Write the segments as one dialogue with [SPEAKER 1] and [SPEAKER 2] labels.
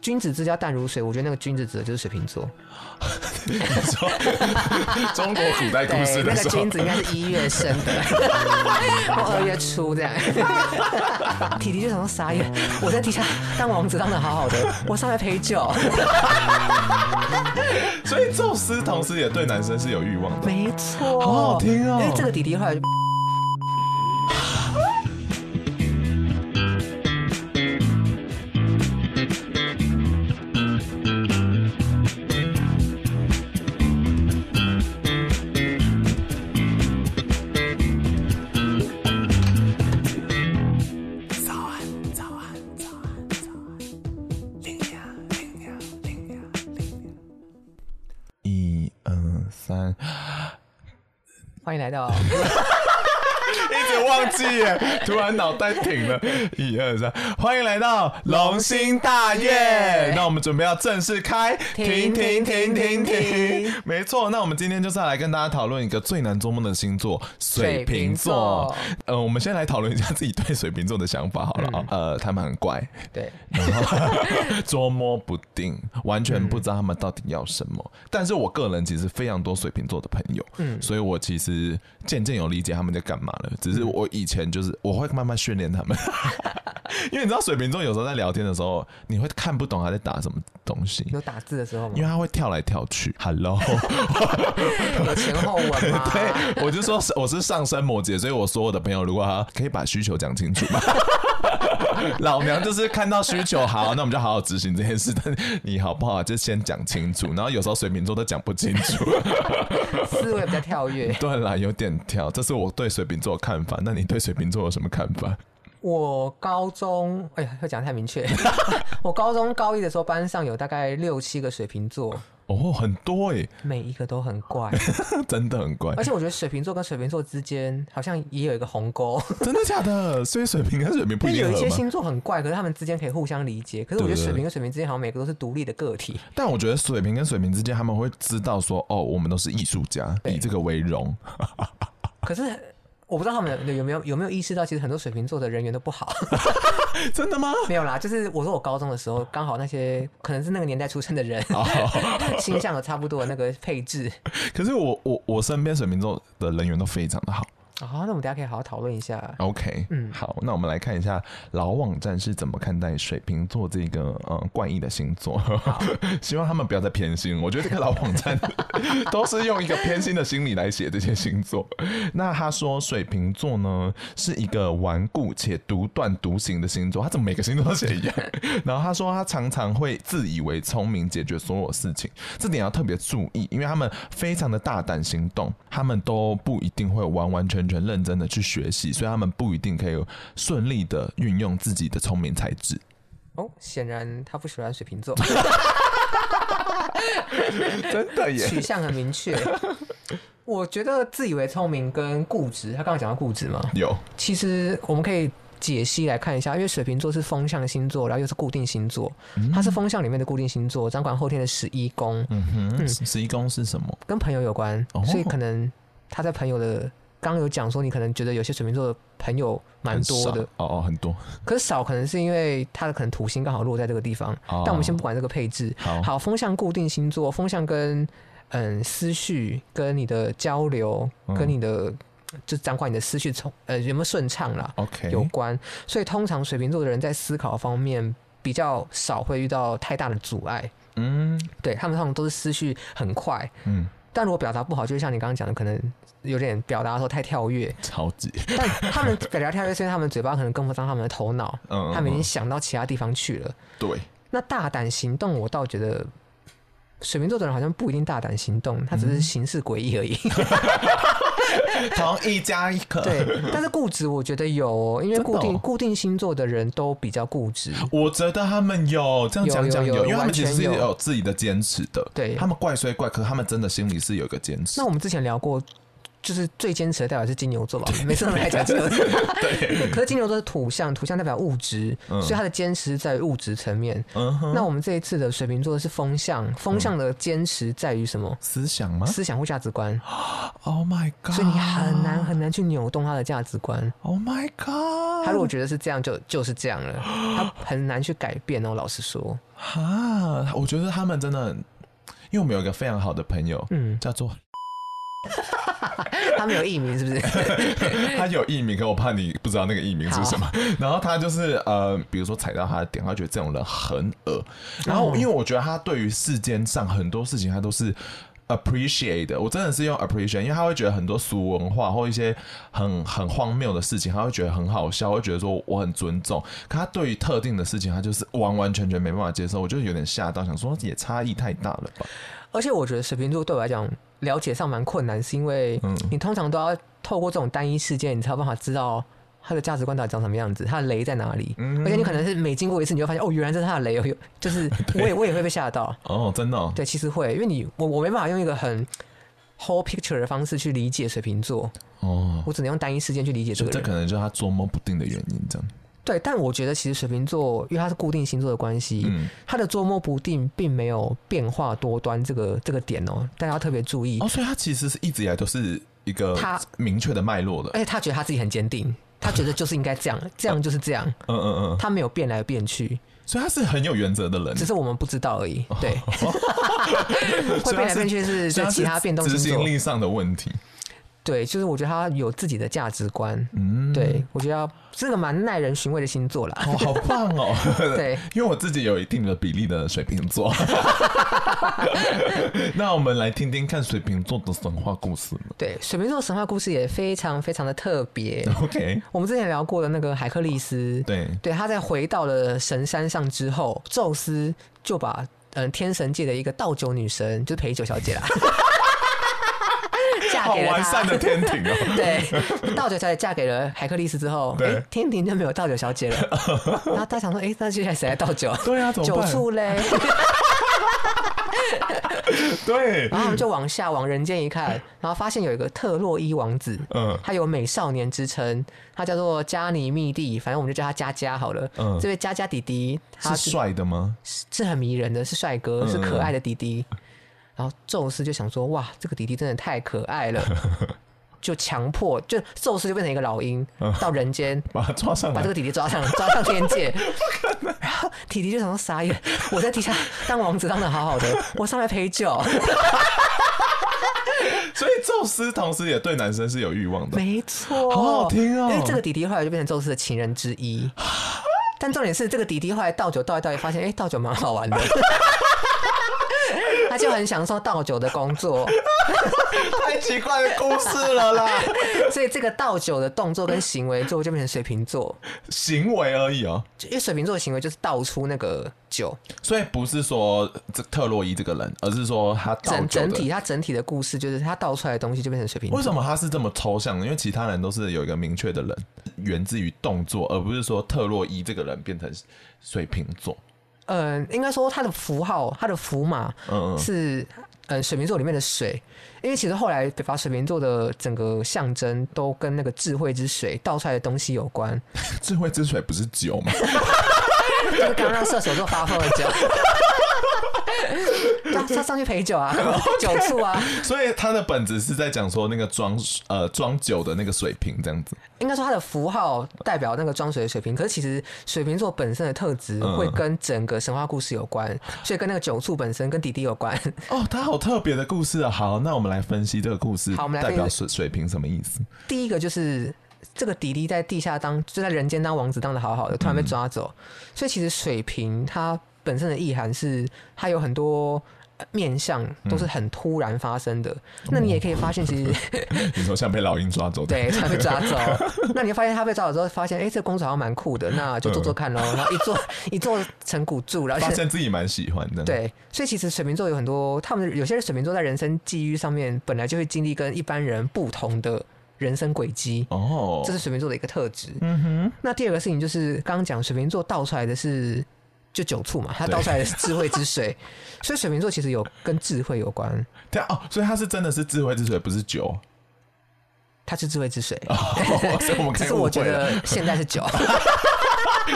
[SPEAKER 1] 君子之交淡如水，我觉得那个君子指的就是水瓶座。
[SPEAKER 2] 说 中国古代故事
[SPEAKER 1] 那
[SPEAKER 2] 的
[SPEAKER 1] 个
[SPEAKER 2] 时候
[SPEAKER 1] 君，子应该是一月生 的，我二月初这样。嗯体 弟就想说傻眼，我在地下当王子当的好好的，我上来陪酒，
[SPEAKER 2] 所以宙斯同时也对男生是有欲望的。
[SPEAKER 1] 没错，
[SPEAKER 2] 好好听哦
[SPEAKER 1] 哎因为这个弟弟后来就
[SPEAKER 2] 一二三，
[SPEAKER 1] 欢迎来到
[SPEAKER 2] 一直忘记 耶，突然脑袋停了。一二三，欢迎来到龙兴大
[SPEAKER 1] 耶
[SPEAKER 2] 业。那我们准备要正式开，
[SPEAKER 1] 停停停
[SPEAKER 2] 停停停
[SPEAKER 1] 停
[SPEAKER 2] 停
[SPEAKER 1] 停
[SPEAKER 2] 停。没错，那我们今天就是要来跟大家讨论一个最难做梦的星座——水瓶座。呃，我们先来讨论一下自己对水瓶座的想法好了啊。呃，他们很怪，
[SPEAKER 1] 对
[SPEAKER 2] 然后 捉摸不定，完全不知道他们到底要什么。但是我个人其实非常多水瓶座的朋友，所以我其实渐渐有理解他们在干嘛了。只是我以前就是我会慢慢训练他们，因为你知道水瓶座有时候在聊天的时候，你会看不懂他在打什么东西。
[SPEAKER 1] 有打字的时候
[SPEAKER 2] 因
[SPEAKER 1] 吗？
[SPEAKER 2] 为他会跳来跳去，Hello，
[SPEAKER 1] 有前后文吗？
[SPEAKER 2] 对，我就说是我是上升摩羯，所以我所有的朋友如果他可以把需求讲清楚吧。 老娘就是看到需求好，那我们就好好执行这件事。但你好不好，就先讲清楚。然后有时候水瓶座都讲不清楚。
[SPEAKER 1] 思维比较跳跃。
[SPEAKER 2] 对啦，有点跳，这是我对水瓶座的看法。那你对水瓶座有什么看 法？
[SPEAKER 1] 我高中，哎呀，要讲得太明 确。我高中高一的时候，班上有大概六七个水瓶座，
[SPEAKER 2] 哦，很多诶、
[SPEAKER 1] 每一个都很怪，
[SPEAKER 2] 真的很 怪
[SPEAKER 1] 而，且我觉得水瓶座跟水瓶座之间好像也有一个鸿沟。
[SPEAKER 2] 真的假的？所以水瓶跟水瓶不
[SPEAKER 1] 但
[SPEAKER 2] 一定
[SPEAKER 1] 有一
[SPEAKER 2] 合
[SPEAKER 1] 些
[SPEAKER 2] 吗？
[SPEAKER 1] 星座很怪，可是他们之间可以互相理解。可是我觉得
[SPEAKER 2] 对对对
[SPEAKER 1] 水瓶跟水瓶之间好像每个都是独立的个体。
[SPEAKER 2] 但我觉得水瓶跟水瓶之间，他们会知道说，哦，我们都是艺术家，
[SPEAKER 1] 对
[SPEAKER 2] 以这个为荣。
[SPEAKER 1] 可是我不知道他们有有没有有没有意识到，其实很多水瓶座的人缘都不好。
[SPEAKER 2] 真的吗？
[SPEAKER 1] 没有啦，就是我说我高中的时候，刚好那些可能是那个年代出生的人，
[SPEAKER 2] 哦
[SPEAKER 1] 星象有差不多的那个配置。
[SPEAKER 2] 可是我我我身边水瓶座的人员都非常的好。
[SPEAKER 1] 啊、那我们大家可以好好讨论一下。
[SPEAKER 2] OK，
[SPEAKER 1] 嗯
[SPEAKER 2] 好，那我们来看一下老网站是怎么看待水瓶座这个呃怪异的星座， 希望他们不要再偏心。我觉得这个老网站 都是用一个偏心的心理来写这些星座。那他说水瓶座呢是一个顽固且独断独行的星座，他怎么每个星座都写一样？ 然后他说他常常会自以为聪明解决所有事情，这点要特别注意，因为他们非常的大胆行动，他们都不一定会完完全全认真的去学习，所以他们不一定可以顺利的运用自己的聪明才智。
[SPEAKER 1] 哦，显然他不喜欢水瓶座，
[SPEAKER 2] 真的
[SPEAKER 1] 取向很明 确。我觉得自以为聪明跟固执，他刚刚讲到固执嘛，
[SPEAKER 2] 有
[SPEAKER 1] 其实我们可以解析来看一下，因为水瓶座是风象星座，然后又是固定星座，它是风象里面的固定星座，掌管后天的十一宫，
[SPEAKER 2] 嗯哼，十一宫是什么？
[SPEAKER 1] 跟朋友有关，
[SPEAKER 2] 哦
[SPEAKER 1] 所以可能他在朋友的。刚刚有讲说，你可能觉得有些水瓶座的朋友蛮多
[SPEAKER 2] 很
[SPEAKER 1] 的
[SPEAKER 2] 少，哦哦，很多。
[SPEAKER 1] 可是少可能是因为他的可能土星刚好落在这个地方。
[SPEAKER 2] 哦
[SPEAKER 1] 但我们先不管这个配置。
[SPEAKER 2] 好
[SPEAKER 1] 风向固定星座，风向跟嗯思绪、跟你的交流、
[SPEAKER 2] 嗯
[SPEAKER 1] 跟你的就掌管你的思绪从呃有没有顺畅啦
[SPEAKER 2] OK，
[SPEAKER 1] 有关。所以通常水瓶座的人在思考方面比较少会遇到太大的阻碍，
[SPEAKER 2] 嗯
[SPEAKER 1] 对他们通常都是思绪很快。
[SPEAKER 2] 嗯，
[SPEAKER 1] 但如果表达不好，就像你刚刚讲的，可能有点表达的时候太跳 跃，
[SPEAKER 2] 超级
[SPEAKER 1] 但他们表达跳跃，是因为他们嘴巴可能跟不上他们的头脑，
[SPEAKER 2] 嗯嗯
[SPEAKER 1] 他们已经
[SPEAKER 2] 嗯
[SPEAKER 1] 想到其他地方去了。
[SPEAKER 2] 对，
[SPEAKER 1] 那大胆行动，我倒觉得水瓶座的人好像不一定大胆行动，他只
[SPEAKER 2] 嗯
[SPEAKER 1] 是行事诡异而 已。
[SPEAKER 2] 同意加一颗。
[SPEAKER 1] 对，但是固执我觉得有、哦，因为
[SPEAKER 2] 真的
[SPEAKER 1] 固
[SPEAKER 2] 哦
[SPEAKER 1] 定、固定星座的人都比较固执。
[SPEAKER 2] 我觉得他们有这样讲讲
[SPEAKER 1] 有有有
[SPEAKER 2] 因为他们其实是
[SPEAKER 1] 完全有
[SPEAKER 2] 有自己的坚持的。
[SPEAKER 1] 对
[SPEAKER 2] 他们怪虽怪，可他们真的心里是有一个坚持
[SPEAKER 1] 那。我们之前聊过，就是最坚持的代表是金牛座吧？每次都来讲金牛 座。对。可是金牛座是土象，土象代表物质，所以他的坚持在于物质层面。
[SPEAKER 2] 嗯哼，
[SPEAKER 1] 那我们这一次的水瓶座是风象，风象的坚持在于什么？
[SPEAKER 2] 思想吗
[SPEAKER 1] 思想或价值观，
[SPEAKER 2] ？Oh my god！
[SPEAKER 1] 所以你很
[SPEAKER 2] 啊
[SPEAKER 1] 难很难去扭动他的价值观。
[SPEAKER 2] Oh my god！
[SPEAKER 1] 他如果觉得是这样，就就是这样了，他很难去改变哦。老实说，
[SPEAKER 2] 哈，我觉得他们真的，因为我们有一个非常好的朋友，
[SPEAKER 1] 嗯，
[SPEAKER 2] 叫做
[SPEAKER 1] 他没有艺名是不是？
[SPEAKER 2] 他有艺名，可我怕你不知道那个艺名是什么。然后他就是呃，比如说踩到他的点，他觉得这种人很恶。然后因为我觉得他对于世间上很多事情，他都是。appreciate 的，我真的是用 appreciate，因为他会觉得很多俗文化或一些很很荒谬的事情，他会觉得很好笑，会觉得说我很尊重。可他对于特定的事情，他就是完完全全没办法接受，我就有点吓到，想说也差异太大了吧？
[SPEAKER 1] 而且我觉得水瓶座对我来讲了解上蛮困难，是因为你通常都要透过这种单一事件，你才有办法知道。他的价值观到底长什么样子？他的雷在哪里？而且你可能是每经过一次，你就会发现哦，原来这是他的雷哦。有就是我也我也会被吓到。
[SPEAKER 2] 哦，真的、哦，
[SPEAKER 1] 对，其实会，因为你我我没办法用一个很 whole picture 的方式去理解水瓶座，
[SPEAKER 2] 哦，
[SPEAKER 1] 我只能用单一事件去理解这
[SPEAKER 2] 就
[SPEAKER 1] 个
[SPEAKER 2] 这
[SPEAKER 1] 人。
[SPEAKER 2] 可能就是他捉摸不定的原因，这样。
[SPEAKER 1] 对，但我觉得其实水瓶座，因为它是固定星座的关系，
[SPEAKER 2] 嗯
[SPEAKER 1] 它的捉摸不定并没有变化多端这个这个点哦，大家要特别注意。
[SPEAKER 2] 哦，所以他其实是一直以来都是一个
[SPEAKER 1] 他
[SPEAKER 2] 明确的脉络的。
[SPEAKER 1] 而且他觉得他自己很坚定，他觉得就是应该这样，这样就是这样，
[SPEAKER 2] 嗯嗯嗯，
[SPEAKER 1] 他没有变来变去，
[SPEAKER 2] 所以他是很有原则的人
[SPEAKER 1] 只。是我们不知道而已。对， 会
[SPEAKER 2] 所以他
[SPEAKER 1] 变来变去是
[SPEAKER 2] 哦
[SPEAKER 1] 在
[SPEAKER 2] 所以他
[SPEAKER 1] 其他变动
[SPEAKER 2] 执
[SPEAKER 1] 星
[SPEAKER 2] 行
[SPEAKER 1] 座。
[SPEAKER 2] 力上的 问题。
[SPEAKER 1] 对，就是我觉得他有自己的价值观。
[SPEAKER 2] 嗯，
[SPEAKER 1] 对，我觉得要是个蛮耐人寻味的星座啦。
[SPEAKER 2] 哦，好棒哦！
[SPEAKER 1] 对，
[SPEAKER 2] 因为我自己有一定的比例的水 瓶座。那我们来听听看水瓶座的神话故事了。
[SPEAKER 1] 对，水瓶座神话故事也非常非常的特别。
[SPEAKER 2] OK，
[SPEAKER 1] 我们之前聊过的那个海克力斯，
[SPEAKER 2] 对，
[SPEAKER 1] 对，他在回到了神山上之后，宙斯就把嗯、呃天神界的一个倒酒女神，就是陪酒小 姐啦，嫁
[SPEAKER 2] 好
[SPEAKER 1] 给了
[SPEAKER 2] 完
[SPEAKER 1] 他
[SPEAKER 2] 善。的天庭哦。
[SPEAKER 1] 对，倒酒小姐嫁给了海克力斯之后，
[SPEAKER 2] 对
[SPEAKER 1] 哎，天庭就没有倒酒小姐了。然后大家想说，哎，那接下来谁来倒酒？
[SPEAKER 2] 对啊，怎么
[SPEAKER 1] 酒
[SPEAKER 2] 办？
[SPEAKER 1] 醋嘞。
[SPEAKER 2] 对，
[SPEAKER 1] 然后我们就往下往人间一看，然后发现有一个特洛伊王子，
[SPEAKER 2] 嗯，
[SPEAKER 1] 他有美少年之称，他叫做加尼密蒂，反正我们就叫他佳佳好了。
[SPEAKER 2] 嗯
[SPEAKER 1] 这位佳佳弟弟，他
[SPEAKER 2] 是帅的吗？
[SPEAKER 1] 是很迷人的，是帅哥，是可爱的弟弟。
[SPEAKER 2] 嗯
[SPEAKER 1] 然后宙斯就想说，哇，这个弟弟真的太可爱 了，就强迫，就宙斯就变成一个老鹰，
[SPEAKER 2] 嗯
[SPEAKER 1] 到人间
[SPEAKER 2] 把他抓上
[SPEAKER 1] 把
[SPEAKER 2] 来
[SPEAKER 1] 这个。弟弟抓上，抓上天界。然后弟弟就想说傻眼，我在地下当王子当的好好的，我上来陪酒，
[SPEAKER 2] 所以宙斯同时也对男生是有欲望的。
[SPEAKER 1] 没错，
[SPEAKER 2] 好好听哦
[SPEAKER 1] 因为这个弟弟后来就变成宙斯的情人之 一。但重点是，这个弟弟后来倒酒倒一倒，也发现哎、诶倒酒蛮好玩的， 他就很享受倒酒的工作。
[SPEAKER 2] 太奇怪的故事 了啦，
[SPEAKER 1] 所以这个倒酒的动作跟行为，最后就变成水瓶座，
[SPEAKER 2] 行为而已哦，
[SPEAKER 1] 就因为水瓶座的行为就是倒出那个酒，
[SPEAKER 2] 所以不是说这特洛伊这个人，而是说他造
[SPEAKER 1] 整
[SPEAKER 2] 就的
[SPEAKER 1] 整体它整体的故事就是它倒出来的东西就变成水瓶
[SPEAKER 2] 为
[SPEAKER 1] 座。
[SPEAKER 2] 什么他是这么抽象呢？因为其他人都是有一个明确的人，源自于动作，而不是说特洛伊这个人变成水瓶座。
[SPEAKER 1] 嗯、应该说它的符号，它的符码
[SPEAKER 2] 嗯嗯，
[SPEAKER 1] 是呃水瓶座里面的水，因为其实后来把水瓶座的整个象征都跟那个智慧之水倒出来的东西有 关，
[SPEAKER 2] 智慧之水不是酒吗？
[SPEAKER 1] 就是刚让射手座发疯的酒。他他上去陪酒 啊，酒醋啊，
[SPEAKER 2] 所以他的本质是在讲说那个装呃装酒的那个水瓶这 样子。
[SPEAKER 1] 应该说它的符号代表那个装水的水瓶，可是其实水瓶座本身的特质
[SPEAKER 2] 嗯
[SPEAKER 1] 会跟整个神话故事有关，所以跟那个酒醋本身跟弟弟有关。
[SPEAKER 2] 哦，他好特别的故事啊！好，那我们来分析这个故事，
[SPEAKER 1] 好我们来
[SPEAKER 2] 代
[SPEAKER 1] 分析
[SPEAKER 2] 表水水瓶什么意思？
[SPEAKER 1] 第一个就是这个迪迪在地下当就在人间当王子当的好好的，突然被抓走，所以其实水瓶他。本身的意涵是它有很多。呃面向都是很突然发生的，那你也可以发现，其实
[SPEAKER 2] 你说像被老鹰抓走的，
[SPEAKER 1] 对，他被抓走。那你会发现他被抓走之后，发现哎、诶这工作好像蛮酷的，那就做做看喽。然后一做一做成古柱，然后
[SPEAKER 2] 发
[SPEAKER 1] 现在
[SPEAKER 2] 现自己蛮喜欢的，，
[SPEAKER 1] 对，所以其实水瓶座有很多，他们有些水瓶座在人生际遇上面本来就会经历跟一般人不同的人生轨迹，
[SPEAKER 2] 哦，
[SPEAKER 1] 这是水瓶座的一个特质。
[SPEAKER 2] 嗯哼，
[SPEAKER 1] 那第二个事情就是刚刚讲水瓶座倒出来的是就酒醋嘛，它
[SPEAKER 2] 对
[SPEAKER 1] 倒出来的是智慧之水， 所以水瓶座其实有跟智慧有关，
[SPEAKER 2] 对啊哦，所以他是真的是智慧之水，不是酒，
[SPEAKER 1] 它是智慧之 水。
[SPEAKER 2] 哦所以我们
[SPEAKER 1] 只
[SPEAKER 2] 可以
[SPEAKER 1] 是
[SPEAKER 2] 误
[SPEAKER 1] 我觉
[SPEAKER 2] 会了，
[SPEAKER 1] 得现在是 酒，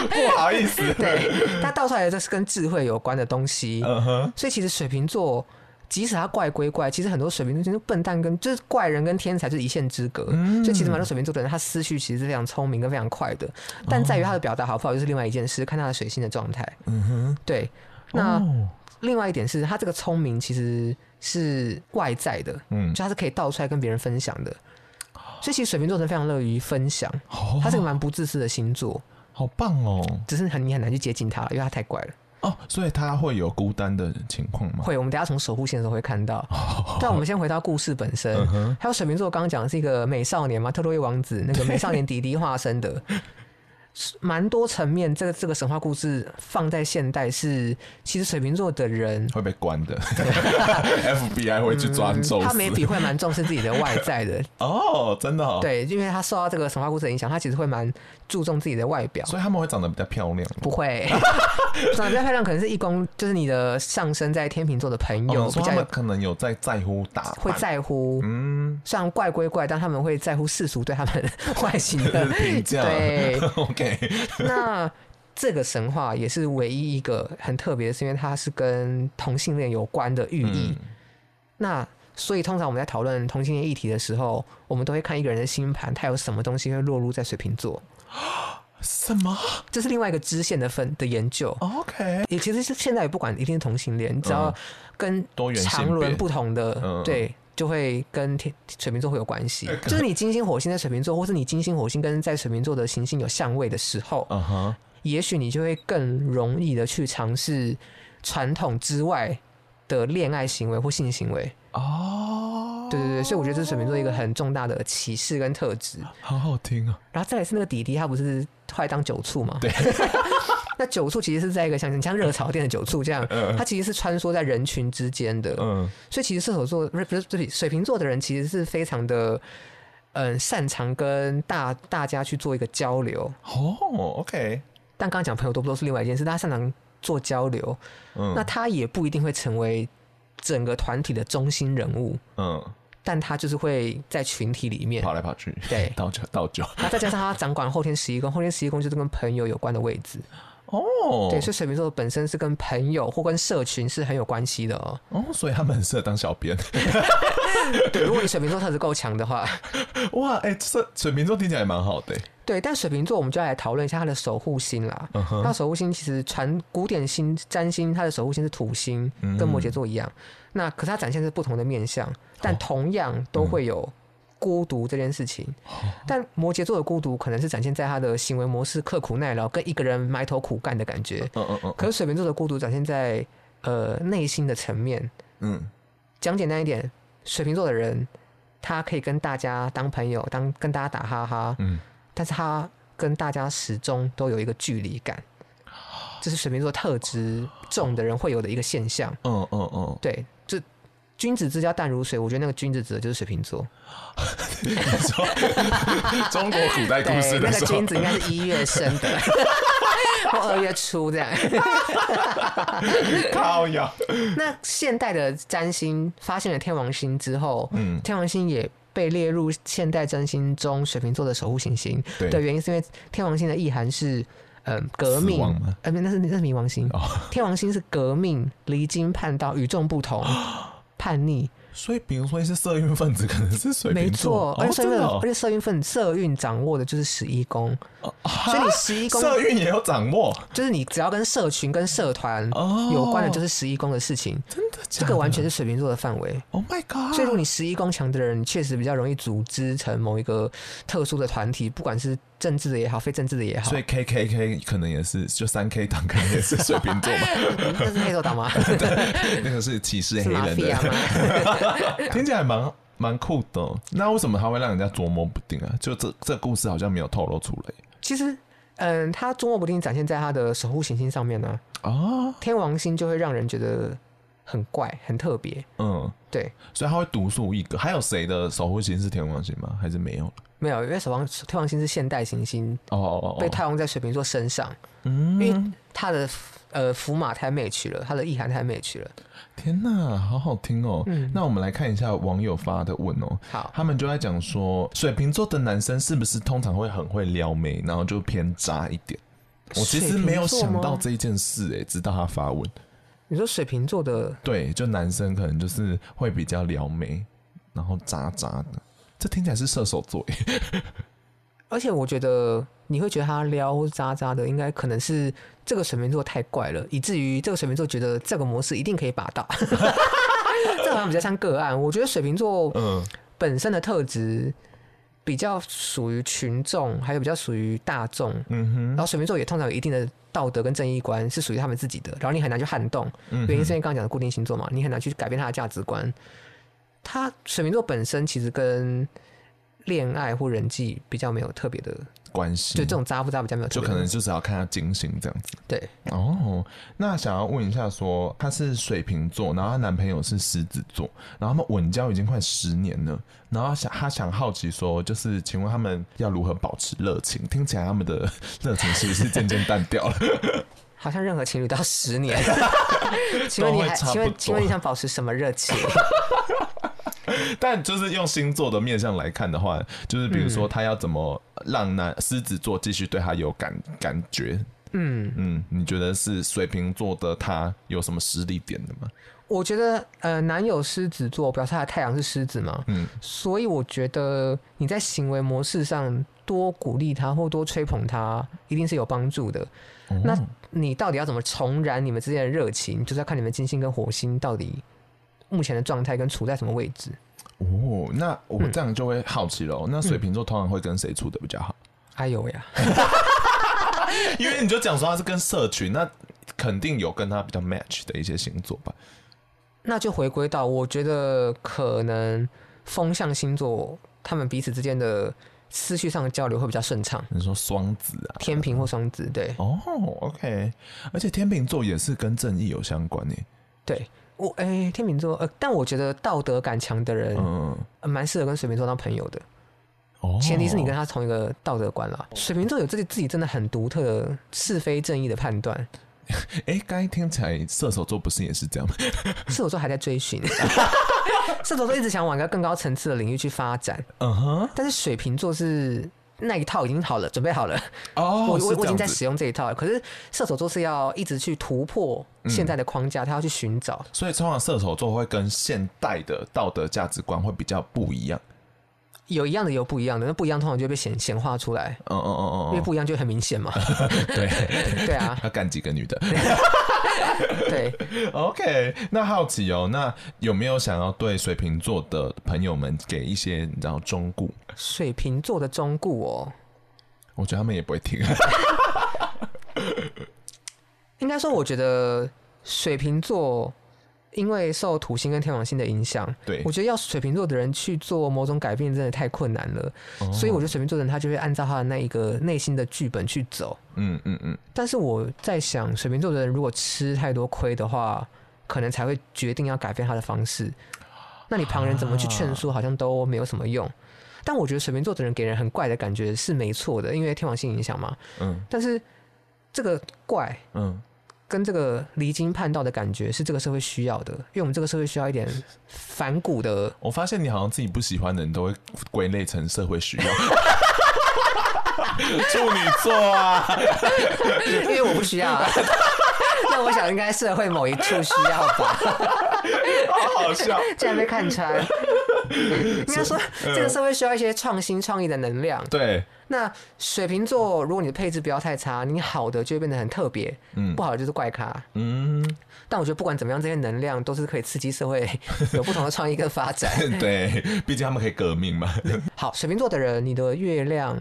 [SPEAKER 2] 不好意思，
[SPEAKER 1] 对，它倒出来的这是跟智慧有关的东西。
[SPEAKER 2] 嗯哼，
[SPEAKER 1] 所以其实水瓶座，即使他怪归怪，其实很多水瓶座就是笨蛋跟就是怪人跟天才就是一线之隔。
[SPEAKER 2] 嗯
[SPEAKER 1] 所以其实蛮多水瓶座的人，他思绪其实是非常聪明跟非常快的，
[SPEAKER 2] 哦
[SPEAKER 1] 但在于他的表达好不好，就是另外一件事，看他的水星的状态。
[SPEAKER 2] 嗯哼，
[SPEAKER 1] 对，那
[SPEAKER 2] 哦
[SPEAKER 1] 另外一点是他这个聪明其实是外在的，
[SPEAKER 2] 嗯
[SPEAKER 1] 就他是可以倒出来跟别人分享的。所以其实水瓶座人非常乐于分享，
[SPEAKER 2] 好，
[SPEAKER 1] 他是个蛮不自私的星座，
[SPEAKER 2] 好棒哦，
[SPEAKER 1] 只是很你很难去接近他，因为他太怪了。
[SPEAKER 2] 哦，所以他会有孤单的情况吗？
[SPEAKER 1] 会，我们等一下从守护线的时候会看到。
[SPEAKER 2] 哦
[SPEAKER 1] 但我们先回到故事本身
[SPEAKER 2] 嗯哼，
[SPEAKER 1] 还有水瓶座刚刚讲的是一个美少年嘛，特洛伊王子那个美少年迪迪化身的，是蛮多层面。这个这个神话故事放在现代是，其实水瓶座的人。
[SPEAKER 2] 会被关的 ，FBI 会去抓
[SPEAKER 1] 嗯
[SPEAKER 2] 你咒
[SPEAKER 1] 他
[SPEAKER 2] 死
[SPEAKER 1] 每笔会蛮重视自己的外在的，
[SPEAKER 2] 哦，真 的、哦，，
[SPEAKER 1] 对，因为他受到这个神话故事的影响，他其实会蛮注重自己的外表。
[SPEAKER 2] 所以他们会长得比较漂亮。
[SPEAKER 1] 不会，长得比较漂亮，可能是一公，就是你的上升在天秤座的朋友、
[SPEAKER 2] 哦
[SPEAKER 1] 比
[SPEAKER 2] 说
[SPEAKER 1] 较
[SPEAKER 2] 他
[SPEAKER 1] 有
[SPEAKER 2] 们可能有在在乎打扮，
[SPEAKER 1] 会在乎，
[SPEAKER 2] 嗯，
[SPEAKER 1] 虽然怪归怪，但他们会在乎世俗对他们外形的
[SPEAKER 2] 评价
[SPEAKER 1] 对，
[SPEAKER 2] OK，
[SPEAKER 1] 那这个神话也是唯一一个很特别的，是因为它是跟同性恋有关的寓意。
[SPEAKER 2] 嗯，
[SPEAKER 1] 那所以通常我们在讨论同性恋议题的时候，我们都会看一个人的星盘，他有什么东西会落入在水瓶座，
[SPEAKER 2] 什么
[SPEAKER 1] 这是另外一个支线的分的研究。
[SPEAKER 2] ？OK，
[SPEAKER 1] 也其实是现在也不管一定是同性恋，你只要
[SPEAKER 2] 嗯
[SPEAKER 1] 跟
[SPEAKER 2] 多元性
[SPEAKER 1] 常轮
[SPEAKER 2] 别
[SPEAKER 1] 不同的，
[SPEAKER 2] 嗯哎
[SPEAKER 1] 对，就会跟天水瓶座会有关系。就是你金星火星在水瓶座，或是你金星火星跟在水瓶座的行星有相位的时候，
[SPEAKER 2] 嗯哼，
[SPEAKER 1] 也许你就会更容易的去尝试传统之外的恋爱行为或性行为。
[SPEAKER 2] 哦，
[SPEAKER 1] 对对对，所以我觉得这是水瓶座一个很重大的启示跟特质。
[SPEAKER 2] 好好听啊，
[SPEAKER 1] 然后再来是那个弟弟，他不是后来当酒醋嘛？
[SPEAKER 2] 对。
[SPEAKER 1] 那酒醋其实是在一个像很像热炒店的酒醋这样，它其实是穿梭在人群之间的。
[SPEAKER 2] 嗯，
[SPEAKER 1] 所以其实射手座不是不是对水瓶座的人，其实是非常的嗯、擅长跟大大家去做一个交流。
[SPEAKER 2] 哦，OK，
[SPEAKER 1] 但刚刚讲朋友多不多是另外一件事，但他擅长做交流，
[SPEAKER 2] 嗯，
[SPEAKER 1] 那他也不一定会成为整个团体的中心人物，
[SPEAKER 2] 嗯，
[SPEAKER 1] 但他就是会在群体里面。
[SPEAKER 2] 跑来跑去，
[SPEAKER 1] 对
[SPEAKER 2] 倒酒倒酒，
[SPEAKER 1] 那再加上他掌管后天十一宫，后天十一宫就是跟朋友有关的位置，
[SPEAKER 2] 哦，
[SPEAKER 1] 对，所以水瓶座本身是跟朋友或跟社群是很有关系的 哦。
[SPEAKER 2] 哦，所以他们很适合当小编，
[SPEAKER 1] 对，如果你水瓶座特质够强的话，
[SPEAKER 2] 哇，哎，这水瓶座听起来蛮好的，欸
[SPEAKER 1] 对，但水瓶座我们就要来讨论一下它的守护星啦。
[SPEAKER 2] 嗯
[SPEAKER 1] 它
[SPEAKER 2] 哼，
[SPEAKER 1] 的守护星其实传古典星占星，它的守护星是土星，
[SPEAKER 2] 嗯
[SPEAKER 1] 跟摩羯座一样。那可是它展现是不同的面相，
[SPEAKER 2] 哦
[SPEAKER 1] 但同样都会有孤独这件事情。
[SPEAKER 2] 嗯
[SPEAKER 1] 但摩羯座的孤独可能是展现在他的行为模式刻苦耐劳，跟一个人埋头苦干的感觉。
[SPEAKER 2] 嗯嗯嗯
[SPEAKER 1] 可是水瓶座的孤独展现在呃内心的层面。
[SPEAKER 2] 嗯，
[SPEAKER 1] 讲简单一点，水瓶座的人，他可以跟大家当朋友，当跟大家打哈哈，
[SPEAKER 2] 嗯，
[SPEAKER 1] 但是他跟大家始终都有一个距离感，这是水瓶座特质重的人会有的一个现象。
[SPEAKER 2] 嗯嗯嗯，
[SPEAKER 1] 对，这君子之交淡如水，我觉得那个君子指的就是水瓶座。
[SPEAKER 2] 你说中国古代 故事
[SPEAKER 1] 啊那
[SPEAKER 2] 的
[SPEAKER 1] 个
[SPEAKER 2] 时候
[SPEAKER 1] 君，子应该是一月生的， 或二月初这样。
[SPEAKER 2] 靠呀，
[SPEAKER 1] 那现代的占星发现了天王星之后，
[SPEAKER 2] 嗯
[SPEAKER 1] 天王星也被列入现代占星中水瓶座的守护行星
[SPEAKER 2] 对
[SPEAKER 1] 的原因，是因为天王星的意涵是。呃，革命
[SPEAKER 2] 死亡吗，哦
[SPEAKER 1] 呃，不那是那是冥王星，天王星是革命、离经叛道、与众不 同、叛逆，
[SPEAKER 2] 所以，比如说是社运分子，可能是水
[SPEAKER 1] 没
[SPEAKER 2] 瓶
[SPEAKER 1] 错
[SPEAKER 2] 座，。
[SPEAKER 1] 而且社运，
[SPEAKER 2] 真哎的哦哦
[SPEAKER 1] 而且社运份社运掌握的就是十一宫，所以你十一宫
[SPEAKER 2] 社运也有掌握，
[SPEAKER 1] 就是你只要跟社群、跟社团
[SPEAKER 2] 哦
[SPEAKER 1] 有关的，就是十一宫的事情。真的，
[SPEAKER 2] 的假的？
[SPEAKER 1] 这个完全是水瓶座的范围。
[SPEAKER 2] Oh my god！
[SPEAKER 1] 所以，如果你十一宫强的人，你确实比较容易组织成某一个特殊的团体，不管是政治的也好，非政治的也好
[SPEAKER 2] 所。以 K K K 可能也是，就三 K 党可能也是水瓶座 嘛，
[SPEAKER 1] 那嗯是黑手 党吗？
[SPEAKER 2] 那个是歧视
[SPEAKER 1] 是
[SPEAKER 2] 黑
[SPEAKER 1] 马
[SPEAKER 2] 人
[SPEAKER 1] 菲亚
[SPEAKER 2] 的，
[SPEAKER 1] 吗？
[SPEAKER 2] 听起来蛮蛮酷的。那为什么他会让人家捉摸不定啊？就这这故事好像没有透露出来
[SPEAKER 1] 其实，嗯，他捉摸不定展现在他的守护行星上面呢、
[SPEAKER 2] 啊。
[SPEAKER 1] 天王星就会让人觉得很怪、很特别。
[SPEAKER 2] 嗯，
[SPEAKER 1] 对，
[SPEAKER 2] 所以他会独树一格。还有谁的守护星是天王星吗？还是没有？
[SPEAKER 1] 没有，因为守望天王星是现代行星，
[SPEAKER 2] 哦哦哦，
[SPEAKER 1] 被太阳在水瓶座身上，
[SPEAKER 2] 嗯，
[SPEAKER 1] 因为它的呃符码太 match 了，它的意涵太 match 了。
[SPEAKER 2] 天呐，好好听哦！那我们来看一下网友发的问哦。
[SPEAKER 1] 好
[SPEAKER 2] 他们就在讲说，水瓶座的男生是不是通常会很会撩妹，然后就偏渣一点？我其实没有想到这一件事、诶，直到他发问。
[SPEAKER 1] 你说水瓶座的
[SPEAKER 2] 对，就男生可能就是会比较撩妹，然后渣渣的。这听起来是射手座、诶，
[SPEAKER 1] 而且我觉得你会觉得他撩或渣渣的，应该可能是这个水瓶座太怪了，以至于这个水瓶座觉得这个模式一定可以把到。 这好像比较像个案。我觉得水瓶座
[SPEAKER 2] 嗯
[SPEAKER 1] 本身的特质比较属于群众，还有比较属于大众。
[SPEAKER 2] 嗯哼，
[SPEAKER 1] 然后水瓶座也通常有一定的道德跟正义观是属于他们自己的，然后你很难去撼动，
[SPEAKER 2] 嗯哼
[SPEAKER 1] 原因是因为刚刚讲的固定星座嘛，你很难去改变他的价值观。他水瓶座本身其实跟恋爱或人际比较没有特别的
[SPEAKER 2] 关系
[SPEAKER 1] 就这种渣不渣比较没有特
[SPEAKER 2] 就
[SPEAKER 1] 别的，
[SPEAKER 2] 可能就是要看他精心这样子。
[SPEAKER 1] 对
[SPEAKER 2] 哦，那想要问一下说她是水瓶座，然后她男朋友是狮子座，然后他们稳交已经快十年了，然后想她想好奇说，就是请问他们要如何保持热情？听起来他们的 热情是不是渐渐淡掉了？
[SPEAKER 1] 好像任何情侣都要十 年。请问
[SPEAKER 2] 都
[SPEAKER 1] 你
[SPEAKER 2] 会
[SPEAKER 1] 还
[SPEAKER 2] 差不
[SPEAKER 1] 请问
[SPEAKER 2] 多
[SPEAKER 1] 请问你想保持什么热情？
[SPEAKER 2] 但就是用星座的面相来看的话，就是比如说她要怎么让男狮子座继续对她有感感觉？
[SPEAKER 1] 嗯，
[SPEAKER 2] 嗯，你觉得是水瓶座的她有什么实力点的吗？
[SPEAKER 1] 我觉得呃，男友狮子座表示他的太阳是狮子嘛，
[SPEAKER 2] 嗯
[SPEAKER 1] 所以我觉得你在行为模式上多鼓励他或多吹捧他，一定是有帮助的。那你到底要怎么重燃你们之间的热情，就是要看你们金星跟火星到底目前的状态跟处在什么位置。
[SPEAKER 2] 哦，那我这样就会好奇了、那水瓶座通常会跟谁处的比较好？
[SPEAKER 1] 哎呦呀，
[SPEAKER 2] 因为你就讲说他是跟社群，那肯定有跟他比较 match 的一些星座吧？
[SPEAKER 1] 那就回归到，我觉得可能风象星座他们彼此之间的思绪上的交流会比较顺畅。
[SPEAKER 2] 你说双子啊？
[SPEAKER 1] 天平或双子，对
[SPEAKER 2] 哦，OK，而且天秤座也是跟正义有相关耶。
[SPEAKER 1] 对，我哎、天秤座，呃，但我觉得道德感强的人
[SPEAKER 2] 嗯，
[SPEAKER 1] 呃蛮适、合跟水瓶座当朋友的，
[SPEAKER 2] 哦，
[SPEAKER 1] 前提是你跟他同一个道德观啦。水瓶座有自己自己真的很独特的是非正义的判断，
[SPEAKER 2] 哎，刚才听起来射手座不是也是这样吗？
[SPEAKER 1] 射手座还在追寻， 射手座一直想往一个更高层次的领域去发展，
[SPEAKER 2] 嗯哼，
[SPEAKER 1] 但是水瓶座是那一套已经好了，准备好了。
[SPEAKER 2] 哦，
[SPEAKER 1] 我
[SPEAKER 2] 是
[SPEAKER 1] 我
[SPEAKER 2] 这
[SPEAKER 1] 我已经
[SPEAKER 2] 样
[SPEAKER 1] 在
[SPEAKER 2] 子
[SPEAKER 1] 使用这一套了，可是射手座是要一直去突破
[SPEAKER 2] 嗯
[SPEAKER 1] 现在的框架，他要去寻找。
[SPEAKER 2] 所以通常射手座会跟现代的道德价值观会比较不一样。
[SPEAKER 1] 有一样的，有不一样的，那不一样通常就会被显显化出来，
[SPEAKER 2] 嗯嗯嗯
[SPEAKER 1] 因为
[SPEAKER 2] 嗯
[SPEAKER 1] 不一样就很明显嘛。
[SPEAKER 2] 嗯，对，
[SPEAKER 1] 对啊，
[SPEAKER 2] 要干几个女的？
[SPEAKER 1] 对，
[SPEAKER 2] OK，那好奇哦，那有没有想要对水瓶座的朋友们给一些你知道忠告？
[SPEAKER 1] 水瓶座的忠固哦，
[SPEAKER 2] 我觉得他们也不会听。
[SPEAKER 1] 应该说我觉得水瓶座。因为受土星跟天王星的影响，
[SPEAKER 2] 对
[SPEAKER 1] 我觉得要水瓶座的人去做某种改变，真的太困难了。
[SPEAKER 2] 哦
[SPEAKER 1] 所以我觉得水瓶座的人他就会按照他的那一个内心的剧本去走。
[SPEAKER 2] 嗯嗯嗯，
[SPEAKER 1] 但是我在想，水瓶座的人如果吃太多亏的话，可能才会决定要改变他的方式。那你旁人怎么去
[SPEAKER 2] 啊
[SPEAKER 1] 劝说，好像都没有什么用。但我觉得水瓶座的人给人很怪的感觉是没错的，因为天王星影响嘛。
[SPEAKER 2] 嗯
[SPEAKER 1] 但是这个怪
[SPEAKER 2] 嗯，
[SPEAKER 1] 跟这个离经叛道的感觉是这个社会需要的，因为我们这个社会需要一点反骨的。
[SPEAKER 2] 我发现你好像自己不喜欢的人都会归类成社会 需要。处女座啊，
[SPEAKER 1] 因为我不需要、啊。 那我想应该社会某一处需要吧，
[SPEAKER 2] 好好笑。
[SPEAKER 1] 竟然被看穿。应该说，
[SPEAKER 2] 嗯
[SPEAKER 1] 这个社会需要一些创新创意的能量。
[SPEAKER 2] 对，
[SPEAKER 1] 那水瓶座，如果你的配置不要太差，你好的就会变得很特别，
[SPEAKER 2] 嗯
[SPEAKER 1] 不好的就是怪咖。
[SPEAKER 2] 嗯，
[SPEAKER 1] 但我觉得不管怎么样，这些能量都是可以刺激社会 有不同的创意跟发展。
[SPEAKER 2] 对，毕竟他们可以革命嘛。
[SPEAKER 1] 好，水瓶座的人，你的月亮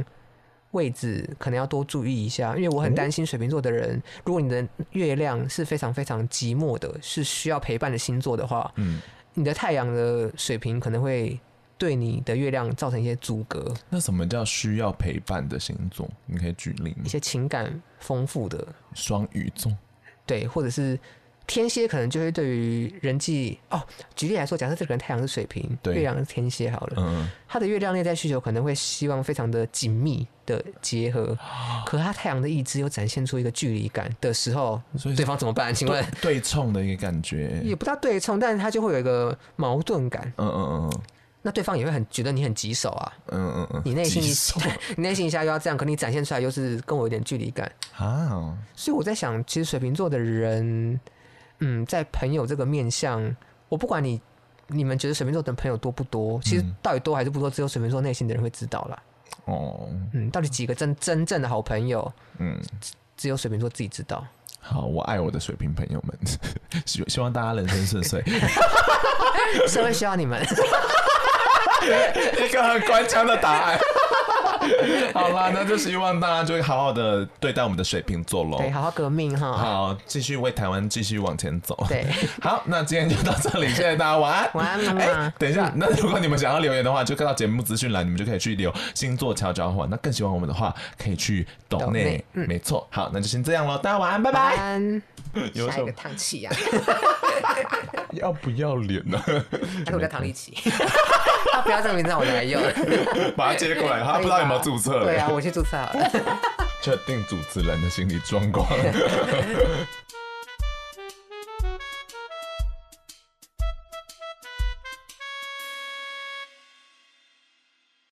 [SPEAKER 1] 位置可能要多注意一下，因为我很担心水瓶座的人，如果你的月亮是非常非常寂寞的，是需要陪伴的星座的话，
[SPEAKER 2] 嗯，
[SPEAKER 1] 你的太阳的水平可能会对你的月亮造成一些阻隔，
[SPEAKER 2] 那什么叫需要陪伴的星座？你可以举例吗
[SPEAKER 1] 一？些情感丰富的，
[SPEAKER 2] 双鱼座，
[SPEAKER 1] 对，或者是。天蝎可能就会对于人际哦，举例来说，假设这个人太阳是水瓶，
[SPEAKER 2] 对
[SPEAKER 1] 月亮是天蝎好了，
[SPEAKER 2] 嗯，
[SPEAKER 1] 他的月亮内在需求可能会希望非常的紧密的结合，
[SPEAKER 2] 啊
[SPEAKER 1] 可他太阳的意志又展现出一个距离感的时候
[SPEAKER 2] 所以，是
[SPEAKER 1] 对方怎么办？请问
[SPEAKER 2] 对对冲的一个感觉。
[SPEAKER 1] 也不大对冲，但是他就会有一个矛盾感，
[SPEAKER 2] 嗯嗯嗯
[SPEAKER 1] 那对方也会很觉得你很棘手啊，
[SPEAKER 2] 嗯嗯嗯，
[SPEAKER 1] 你内心
[SPEAKER 2] 棘手
[SPEAKER 1] 你内心一下又要这样，可你展现出来又是跟我有点距离感，
[SPEAKER 2] 啊，
[SPEAKER 1] 所以我在想，其实水瓶座的人，嗯，在朋友这个面向，我不管你你们觉得水瓶座的朋友多不多，其实
[SPEAKER 2] 嗯
[SPEAKER 1] 到底多还是不多，只有水瓶座内心的人会知道啦。
[SPEAKER 2] 哦，
[SPEAKER 1] 嗯，到底几个真真正的好朋友，
[SPEAKER 2] 嗯，
[SPEAKER 1] 只有水瓶座自己知道。
[SPEAKER 2] 好，我爱我的水瓶朋友们， 希希望大家人生顺遂。
[SPEAKER 1] 社会需要你们。
[SPEAKER 2] 一个很官腔的答案。 好啦，那就希望大家就好好的对待我们的水瓶座喽。
[SPEAKER 1] 对，好好革命哈。
[SPEAKER 2] 好，继续为台湾继续往前走。
[SPEAKER 1] 对，
[SPEAKER 2] 好，那今天就到 这里，谢谢大家，晚安，
[SPEAKER 1] 晚安妈妈
[SPEAKER 2] 哎等一下，那如果你们想要留言的话，就看到节目资讯栏，你们就可以去留星座悄悄话。那更喜欢我们的话，可以去抖
[SPEAKER 1] 抖
[SPEAKER 2] 内
[SPEAKER 1] 内，嗯
[SPEAKER 2] 没错。好，那就先这样喽，大家晚安，拜
[SPEAKER 1] 晚
[SPEAKER 2] 拜。
[SPEAKER 1] 安。
[SPEAKER 2] 有
[SPEAKER 1] 下
[SPEAKER 2] 什
[SPEAKER 1] 一
[SPEAKER 2] 么
[SPEAKER 1] 个唐琪啊，
[SPEAKER 2] 要不要脸 呢？
[SPEAKER 1] 还是我叫唐立奇。 他不要这个名字，让我拿来用。
[SPEAKER 2] 把它接过来，他不知道有没有注册
[SPEAKER 1] 啊
[SPEAKER 2] 了。
[SPEAKER 1] 对啊，我去注册好了。
[SPEAKER 2] 确定主持人的心理状况。